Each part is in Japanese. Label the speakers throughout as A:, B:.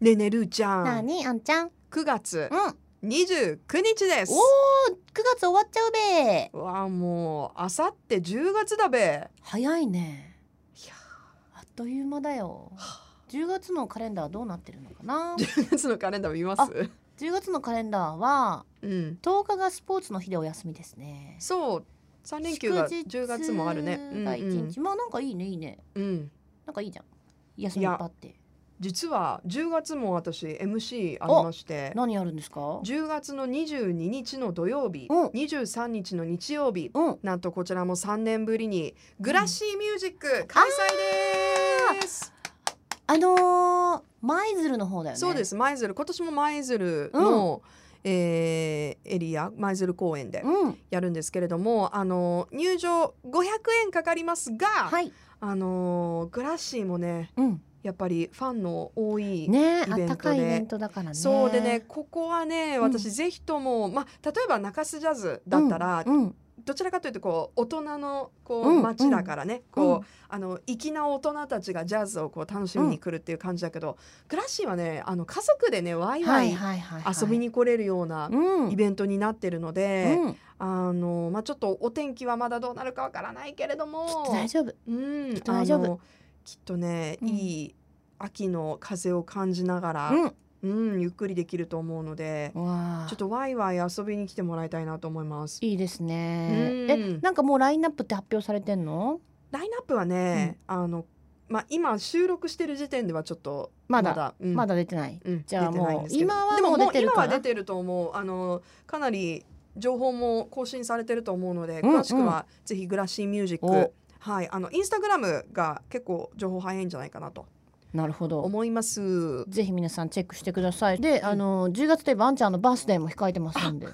A: ねえねえるーちゃ
B: なんにあんちゃんうん
A: 9月
B: おー9
A: 29日です
B: 月終わっちゃうべ
A: わあもうあさって10月だべ
B: 早いね
A: いや
B: あっという間だよ10月のカレンダーはどうなってるのかな
A: 10月のカレンダー見ます
B: 10月のカレンダーは
A: うん
B: 10日がスポーツの日でお休みですね
A: そう3連休が
B: 祝日
A: 10月もあるねうん
B: が一日まあなんかいいねいいね
A: うんうん
B: なんかいいじゃん休みいっぱいあって
A: 実は10月も私 MC ありまして
B: 何やるんですか
A: 10月の22日の土曜日
B: うん
A: 23日の日曜日
B: うん
A: なんとこちらも3年ぶりにグラシーミュージック開催です、
B: あの舞、鶴の方だよね
A: そうですす舞鶴今年も舞鶴の、えーエリア舞鶴公園で
B: うん
A: やるんですけれどもあの入場500円かかりますが、
B: はい
A: あのグラシーもね
B: うん
A: やっぱりファンの多い、イ
B: ねあ
A: ベントで
B: ったかいイベントだからね
A: そうでねここはね
B: ん
A: 私ぜひとも、まあ、例えば中洲ジャズだったら、
B: うんうん
A: どちらかというとこう大人のこ
B: う
A: うん街だからね、
B: うん
A: こうあの粋な大人たちがジャズをこう楽しみに来るっていう感じだけど、グラシーはねあの家族でねワイワ
B: はい
A: イ
B: はいはいはい
A: 遊びに来れるような
B: うん
A: イベントになってるので、
B: うん、
A: あのまあ、ちょっとお天気はまだどうなるかわからないけれども
B: 大丈夫
A: うん、
B: と大丈夫
A: あのきっとね、
B: うん
A: いい秋の風を感じながら、
B: うん
A: うんゆっくりできると思うので
B: わあ
A: ちょっとワイワイ遊びに来てもらいたいなと思います。
B: いいですね
A: うん
B: えなんかもうラインナップって発表されてんの
A: ラインナップはね、あのまあ、今収録してる時点ではちょっと
B: まだ
A: まだ,うん、
B: まだ出てない
A: うん
B: じゃあ
A: 出てないんですけど
B: もう今は
A: でも
B: もう出てるかな
A: 今は出てると思うあのかなり情報も更新されてると思うので
B: うん
A: 詳しくはぜひグラシーミュージック、
B: お
A: はい、あのインスタグラムが結構情報早いんじゃないかなと
B: なるほど
A: 思います。
B: ぜひ皆さんチェックしてくださいであの10月といえばあんちゃんのバースデーも控えてますんで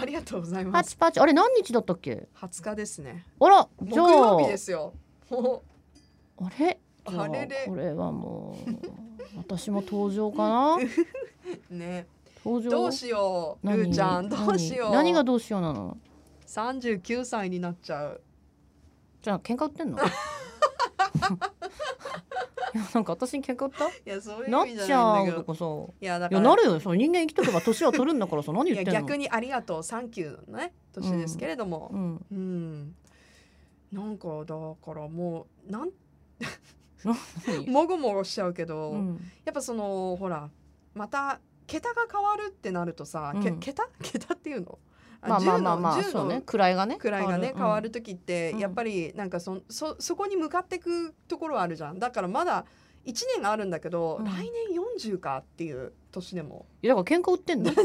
A: ありがとうございま
B: パ
A: す。
B: チパチあれ何日だったっけ
A: 20日ですね。
B: あら
A: 木
B: じゃ
A: 曜日
B: あ
A: ですよ。 も
B: あれ
A: あ
B: じゃあ
A: れれ
B: これはもう私も登場かな
A: うね、
B: 登場
A: どうしよう、
B: 何
A: ルーちゃん、どうしよう。
B: 何何がどうしようなの
A: 39歳になっちゃう。
B: じゃあ喧嘩売って んのいやなんか私に喧嘩売った
A: いや、そういう
B: な
A: 意味
B: っ
A: じゃ
B: ち
A: な
B: ゃ
A: いんだ
B: う
A: け
B: と
A: ど。
B: かさ
A: いや、だ
B: い
A: か
B: や
A: ら。
B: なるよその人間生きとけば年は取るんだからさ何
A: い
B: 言っ
A: や
B: てんの
A: 逆にありがとう、サンキューのね、年ですけれども
B: う。ん、
A: うん。なんか、だから、もう、なん、もごもごしちゃうけど、
B: うん、
A: やっぱ、その、ほら、また。桁が変わるってなるとさ、け
B: うん
A: 桁、 桁っていうの。
B: まあまあまあま
A: 10
B: あ
A: の10の
B: そうね位がね
A: 位がね変わる時って
B: うん
A: やっぱりなんかそそそこに向かってくところはあるじゃんだからまだ1年があるんだけど、
B: うん
A: 来年40かっていう年で も
B: いやだから喧嘩売ってん の
A: こ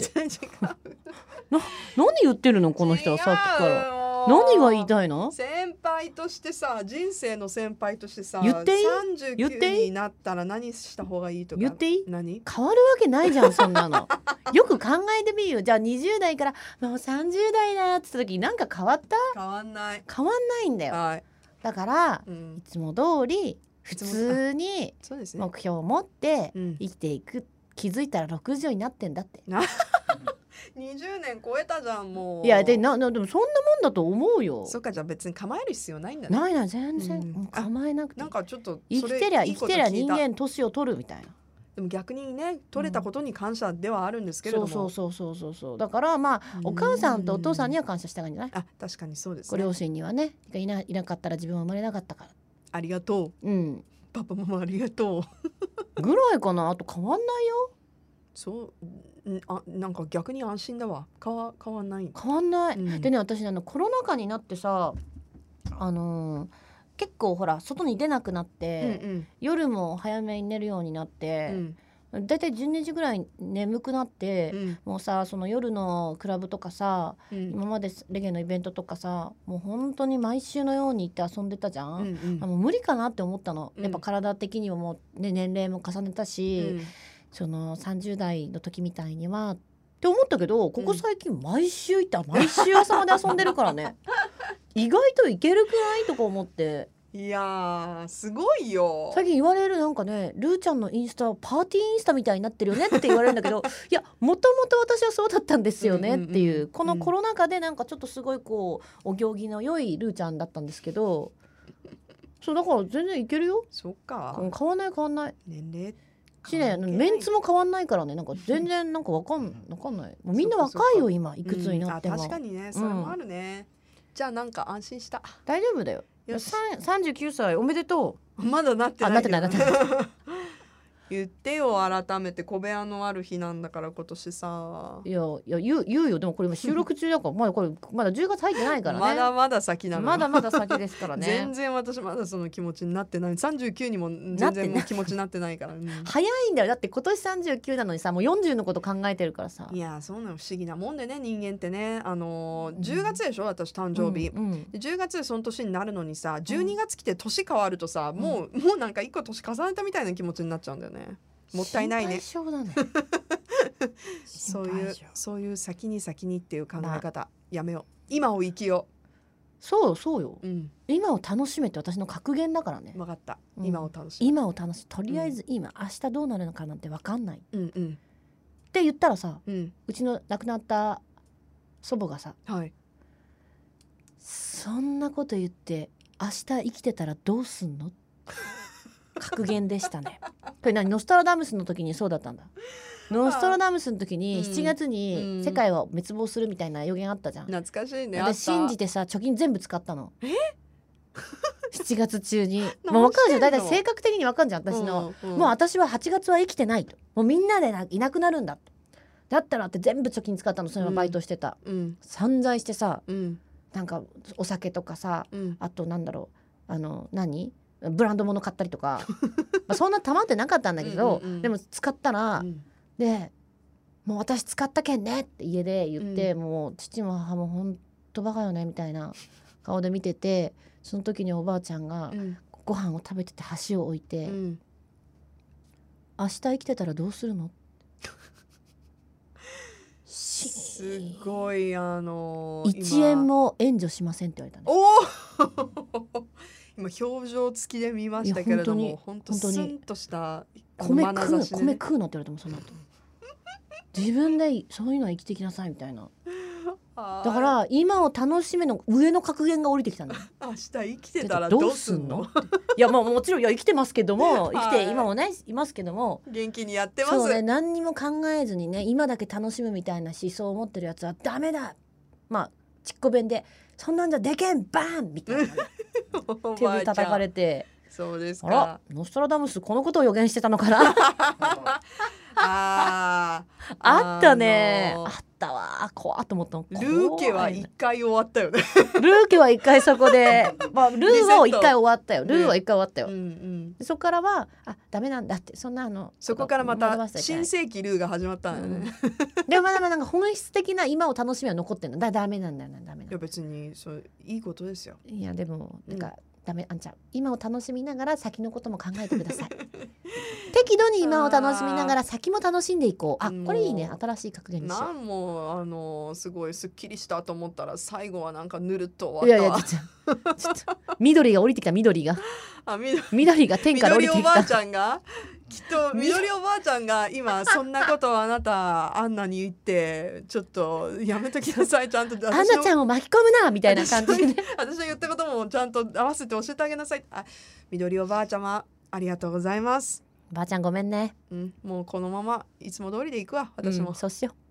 B: 何言ってるのこの人はさっきから
A: ら
B: 何が言いたいの
A: 先輩としてさ人生の先輩としてさ
B: 言っていい言って
A: 39
B: いい
A: になったら何した方がいいとか
B: 言っていい
A: 何
B: 変わるわけないじゃんそんなの よく考えてみるよじゃあ20代からもう30代だっつった時なんか変わった
A: 変わんない
B: 変わんないんだよ
A: はい、
B: だから
A: う
B: い
A: ん、
B: つも通り普
A: つも
B: 通に
A: そうですね
B: 目標を持って
A: うん、
B: 生きていく気づいたら60になってんだって
A: 20年超えたじゃんもう
B: いやでななでもそんなもんだと思うよ
A: そっかじゃあ別に構える必要ないんだね
B: ないない全然、
A: うん
B: もう構えなくてい
A: ないんかちょっと
B: 生
A: そ
B: き
A: れ
B: てりゃ
A: い
B: 生
A: い
B: き
A: こと
B: て
A: 聞
B: りゃ
A: いた
B: 人間年を取るみたいな
A: でも逆にね取れたことに感謝ではあるんですけれど
B: そ
A: も、
B: うそうそうそうそうそうだからまあお母さんとお父さんに
A: は
B: は感謝したがいいんじゃない
A: あ確かにそうです
B: ご
A: ね
B: 両親にはねいないなかったら自分は生まれなかったから
A: ありがとう
B: うん
A: パパママありがとう
B: ぐらいかなあと変わんないよ
A: そううんあなんか逆に安心だわ変わ変わんない
B: 変わんない、
A: うん
B: でね私ねあのコロナ禍になってさあのー結構ほら外に出なくなって、
A: うん
B: 夜も早めに寝るようになっ
A: うんう
B: て、
A: ん
B: だいたい12時ぐらいに眠くなって、
A: うん
B: もうさその夜のクラブとかさ
A: うん
B: 今までレゲエのイベントとかさもう本当に毎週のように行って遊んでたじゃ、
A: うんんうん
B: あもう無理かなって思ったの、
A: うん
B: やっぱ体的にももう、ね、年齢も重ねた
A: う
B: し、
A: ん
B: その30代の時みたいにはって思ったけどここ最近毎週行った、毎週朝まで遊んでるから ね意外といけるくないとか思って
A: いやーすごいよ
B: 最近言われるなんかねルーちゃんのインスタはパーティーインスタみたいになってるよねって言われるんだ けどいやもともと私はそうだったんですよねっていう,、
A: うんうんうん
B: このコロナ禍でなんかちょっとすごいこうお行儀の良いルーちゃんだったんですけどそうだから全然いけるよ
A: そっか
B: うん変わんない変わんない
A: 年齢
B: しね、
A: 関係
B: メンツも変わんないからね、なんか全然なんかわかん、わかんない。もうみんな若いよ、今いくつになって
A: うん
B: も
A: あ。確かにねそれもあるね、じゃあなんか安心した
B: 大丈夫だよ。
A: よし
B: 三、三十九歳おめでと
A: まだなってないけど
B: あなってない
A: 言ってよ改めて小部屋のある日なんだから今年さ
B: う。いや、 いや、言う、言うよ、でもこれ今収録中だから、まだこれ、まだ10月入ってないからね。
A: まだまだ先なのよ
B: まだまだ先ですから ね
A: 全。然私まだその気持ちになってない39にも全然もう気持ちになってないから、うん
B: 早いんだよ、だって今年三十九なのにさ、もう四十のこと考えてるからさ。
A: いやそうなの不思議なもんでね人間ってねあのー10月でしょ私誕生日、
B: うんうん
A: で10月でその年になるのにさ12月来て年変わるとさ、もうもうなんか一個年重ねたみたいな気持ちになっちゃうんだよねもったいないね
B: 心配性だね。
A: そ
B: 心
A: う
B: 配
A: いう
B: 性
A: そういう先に先にっていう考え方やめよう今を生きよ
B: そうよ、そうよ。
A: ううん
B: 今を楽しめって私の格言だからね。
A: 分かった
B: うん
A: 今を楽しむ、
B: 今を楽しとりあえず今、明日どうなるのかなんて分かんないっ
A: うん、うん
B: て言ったらさ
A: うん
B: うちの亡くなった祖母がさ
A: はい
B: 「そんなこと言って明日生きてたらどうす んの?」格言でしたね。これ何ノストラダムスの時にそうだったんだ。ノストラダムスの時に
A: うん
B: 7月
A: う
B: に
A: ん
B: 世界は滅亡するみたいな予言あったじゃん。
A: 懐かしいねあった
B: 私信じてさ貯金全部使ったの。
A: え
B: 7月 中に。
A: の
B: もう分かるじゃん大体性格的に分かるじゃん私の。、
A: うんうん
B: もう私は8月は生きてないともうみんなでないなくなるんだとだったらって全部貯金使ったのそれはバイトしてた、
A: うん
B: 散財してさ
A: うん
B: なんかお酒とかさ
A: うん
B: あとなんだろうあの何ブランド物買ったりと かまあそんな溜まってなかったんだけど
A: うんうんうん
B: でも使ったら、
A: うん
B: で「もう私使ったけんね」って家で言って、もう父も母もほんとバカよねみたいな顔で見ててその時におばあちゃんが
A: うん
B: ご飯を食べてて箸を置いて。
A: うん
B: 明日生きてたらどうす るの
A: すごいあのー
B: 1円も援助しませんって言われたね
A: おお 今表情付きで見ましたけれど
B: いや
A: も本当
B: 本当に
A: スンとしたあの
B: 米
A: 眼
B: 食う
A: 差
B: な
A: し
B: 米
A: で
B: 食うなって言われてもその後自分でそういうのは生きてきなさいみたいな
A: だ
B: だから今を楽しめの上の格言が降りてきたんだよ
A: 明日生きてたらどうすんの
B: いやまあもちろんいや生きてますけども生き
A: は
B: て
A: い
B: 今もねいますけども
A: 元気にやってます
B: そうね何にも考えずにね今だけ楽しむみたいな思想を持ってるやつはダメだまあちっこ弁でそんなんじゃでけんバーンみ たいな
A: お
B: 手
A: ばあ
B: で
A: ちゃん
B: 叩かれて。
A: そうです
B: あ、
A: から
B: ノストラダムスこのことを予言してたのかな
A: あー
B: あったね。
A: あ
B: あ
A: の
B: ったわ。怖っと思ったもん。
A: ルーケは
B: 怖い
A: 一
B: ね
A: 回終わったよね。
B: ルーケは一回そ こで、まあルーは一回終わったよ。
A: リセット
B: ルーは一回終わった
A: うん
B: よ。
A: うん。
B: そこからはあダメなんだってそんなあの
A: そこからま
B: 戻
A: た
B: しちゃいけな
A: 新
B: い
A: 世紀ルーが始まったんだよね。
B: でもまだまだなんか本質的な今を楽しみは残ってんのだダメなんだよなダメない
A: や別にそういいことですよ。
B: いやでも
A: う
B: なんんか、ダメあんちゃん今を楽しみながら先のことも考えてください 適度に今を楽しみながら先も楽しんでいこうあ
A: うん
B: これいいね新しい格言にしよう
A: なんもあのすごいすっきりしたと思ったら最後はなんかぬるっと
B: い
A: 終
B: や
A: わっ
B: い
A: た
B: や
A: わ。
B: ちょっとちょっと緑が降りてきた緑が
A: あみど
B: 緑が天から降り
A: 緑
B: て
A: お
B: き
A: ばあ
B: た
A: ちゃんがきっと緑おばあちゃんが今そんなことをあなたアンナに言ってちょっとやめときなさいちゃんと
B: アンナちゃ
A: ん
B: んを巻き込むなみたいな感 じでね
A: 私の言ったこともちゃんと合わせて教えてあげなさいあ緑おばあちゃまありがとうございます
B: ばあちゃんごめんね
A: うんもうこのままいつも通りで行くわ私も、
B: うんそうしよう